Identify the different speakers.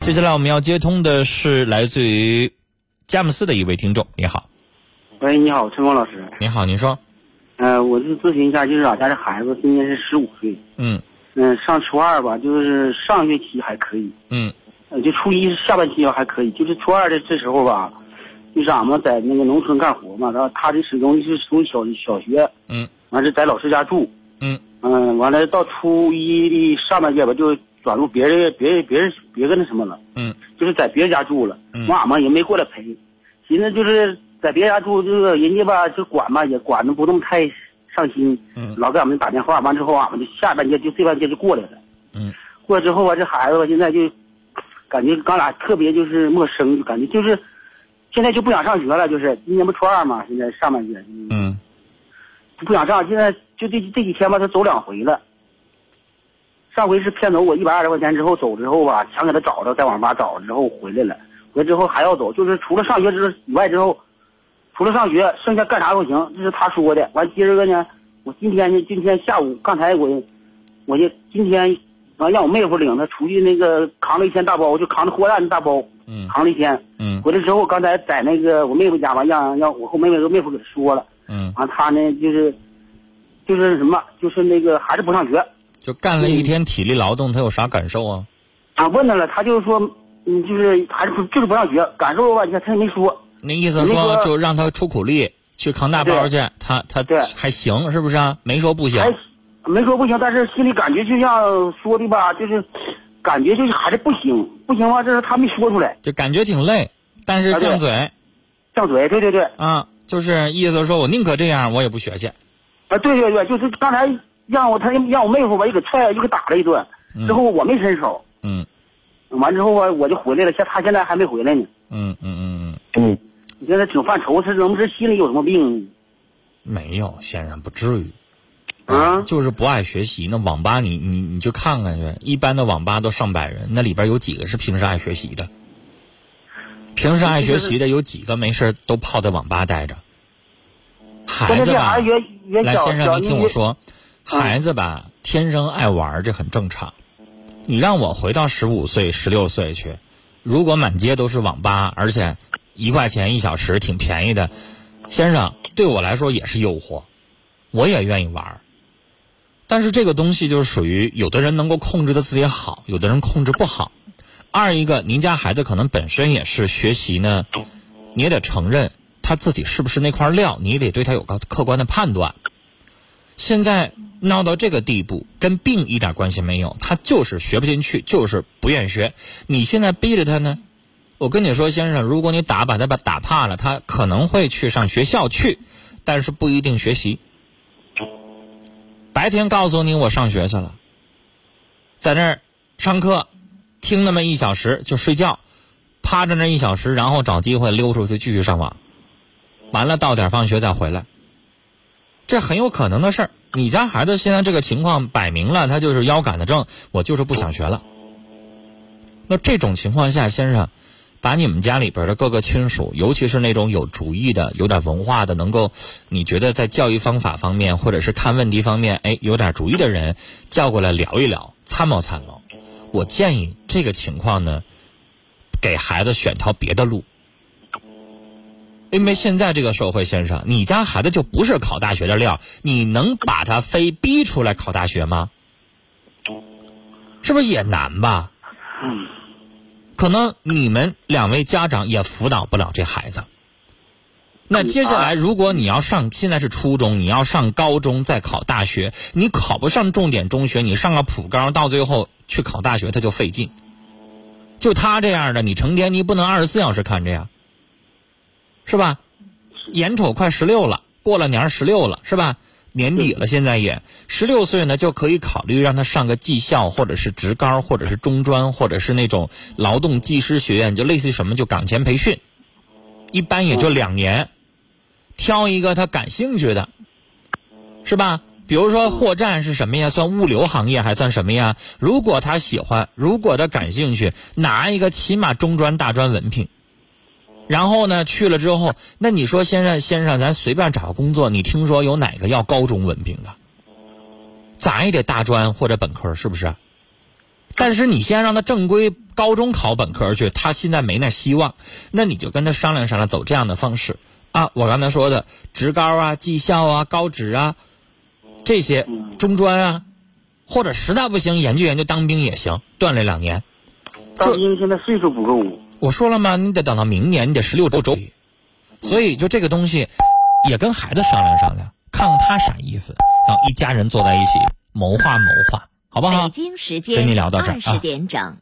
Speaker 1: 接下来我们要接通的是来自于佳木斯的一位听众，你好，
Speaker 2: 喂，你好，陈峰老师。
Speaker 1: 你好，您说，
Speaker 2: 呃，我是咨询一下，就是俺家的孩子今年是十五岁，
Speaker 1: 嗯
Speaker 2: 嗯、上初二吧，就是上学期还可以，
Speaker 1: 嗯
Speaker 2: 呃，就初一下半期吧还可以，就是初二的这时候吧，就是俺们在那个农村干活嘛，然后他这始终是从小小学，
Speaker 1: 嗯
Speaker 2: 完是在老师家住，
Speaker 1: 嗯
Speaker 2: 嗯、完了到初一的上半月吧，就转入别人别人别人别个那什么了，
Speaker 1: 嗯
Speaker 2: 就是在别人家住了，
Speaker 1: 嗯
Speaker 2: 我俺们也没过来陪，寻思就是在别人家住，这个人家吧就管吧，也管的不那么太上心，
Speaker 1: 嗯
Speaker 2: 老给俺们打电话，完之后俺们就下半截就这半截就过来了，
Speaker 1: 嗯，
Speaker 2: 过来之后吧，这孩子吧现在就感觉咱俩特别就是陌生，就感觉就是现在就不想上学了，就是今年不初二嘛，现在上半截，
Speaker 1: 嗯
Speaker 2: 不想上，现在就这这几天吧，他走两回了。上回是骗走我一百二十块钱之后走之后吧，想给他找着，在网吧找着之后回来了，回来之后还要走，就是除了上学之以外之后，除了上学，剩下干啥都行，这是他说的。完今儿个呢，我今天呢，今天下午刚才我，我就今天完让我妹夫领他出去那个扛了一天大包，就扛着货担大包
Speaker 1: 嗯
Speaker 2: 扛了一天，
Speaker 1: 嗯
Speaker 2: 回来之后刚才在那个我妹夫家吧，让让我和我妹妹妹夫给他说了。
Speaker 1: 嗯，
Speaker 2: 完啊他呢就是就是什么，就是那个还是不上学。
Speaker 1: 就干了一天体力劳动，他有啥感受啊？
Speaker 2: 俺问他了，他就是说，嗯，就是还是不就是不上学，感受吧，你看他也没说。
Speaker 1: 那意思
Speaker 2: 那
Speaker 1: 说
Speaker 2: 个
Speaker 1: 就让他出苦力去扛大包去，他他
Speaker 2: 对
Speaker 1: 还行是不是啊？没说不行
Speaker 2: 还，没说不行，但是心里感觉就像说的吧，就是感觉就是还是不行，不行吧，这是他没说出来，
Speaker 1: 就感觉挺累，但是
Speaker 2: 啊对
Speaker 1: 犟嘴
Speaker 2: 犟嘴，对对对，
Speaker 1: 啊，就是意思说我宁可这样，我也不学去。
Speaker 2: 啊，对对对，就是刚才让我他让我妹夫吧，又给踹又给打了一顿，之后我没伸手，
Speaker 1: 嗯
Speaker 2: 完之后啊我就回来了，现他现在还没回来呢，
Speaker 1: 嗯嗯嗯嗯，
Speaker 2: 嗯，你说他挺犯愁，他能不是心里有什么病？
Speaker 1: 没有，显然不至于。
Speaker 2: 啊
Speaker 1: 就是不爱学习。那网吧你你你去看看去，一般的网吧都上百人，那里边有几个是平时爱学习的？平时爱学习的有几个没事儿都泡在网吧待着？孩
Speaker 2: 关键
Speaker 1: 子
Speaker 2: 这
Speaker 1: 吧
Speaker 2: 孩，子也也
Speaker 1: 来
Speaker 2: 小
Speaker 1: 先
Speaker 2: 小
Speaker 1: 生，您听我，说，
Speaker 2: 嗯
Speaker 1: 孩子吧，天生爱玩儿，这很正常。你让我回到十五岁、十六岁去，如果满街都是网吧，而且一块钱一小时挺便宜的，先生对我来说也是诱惑，我也愿意玩儿。但是这个东西就是属于有的人能够控制的自己好，有的人控制不好。二一个，您家孩子可能本身也是学习呢，你也得承认他自己是不是那块料，你也得对他有个客观的判断。现在闹到这个地步，跟病一点关系没有，他就是学不进去，就是不愿意学。你现在逼着他呢，我跟你说，先生，如果你打把他把打怕了，他可能会去上学校去，但是不一定学习。白天告诉你我上学去了，在那儿上课，听那么一小时就睡觉，趴着那一小时，然后找机会溜出去继续上网，完了到点儿放学再回来，这很有可能的事儿。你家孩子现在这个情况摆明了，他就是腰杆子症，我就是不想学了。那这种情况下，先生，把你们家里边的各个亲属，尤其是那种有主意的、有点文化的，能够你觉得在教育方法方面，或者是看问题方面，哎，有点主意的人，叫过来聊一聊，参谋参谋。我建议这个情况呢，给孩子选条别的路。因为现在这个社会，先生，你家孩子就不是考大学的料，你能把他非逼出来考大学吗？是不是也难吧？
Speaker 2: 嗯，
Speaker 1: 可能你们两位家长也辅导不了这孩子。那接下来，如果你要上，现在是初中，你要上高中，再考大学，你考不上重点中学，你上个普高，到最后去考大学，他就费劲。就他这样的，你成天你不能二十四小时看着呀，是吧？眼瞅快十六了，过了年十六了，是吧？年底了，现在也十六岁呢，就可以考虑让他上个技校，或者是职高，或者是中专，或者是那种劳动技师学院，就类似于什么就岗前培训，一般也就两年，挑一个他感兴趣的，是吧？比如说货站是什么呀？算物流行业还算什么呀？如果他喜欢，如果他感兴趣，拿一个起码中专、大专文凭。然后呢，去了之后，那你说先生先生，咱随便找个工作，你听说有哪个啊要高中文凭的？咋也得大专或者本科，是不是？但是你现在让他正规高中考本科去，他现在没那希望，那你就跟他商量商量，走这样的方式啊。我刚才说的职高啊、技校啊、高职啊，这些
Speaker 2: 嗯
Speaker 1: 中专啊，或者实在不行研究研究当兵也行，锻炼两年。
Speaker 2: 当兵现在岁数不够，
Speaker 1: 我说了吗？你得等到明年，你得十六周周。所以就这个东西，也跟孩子商量商量，看看他啥意思，然后一家人坐在一起谋划谋划，好不好
Speaker 3: 北？京时
Speaker 1: 跟你
Speaker 3: 间
Speaker 1: 聊到这儿
Speaker 3: 二
Speaker 1: 啊
Speaker 3: 十点整。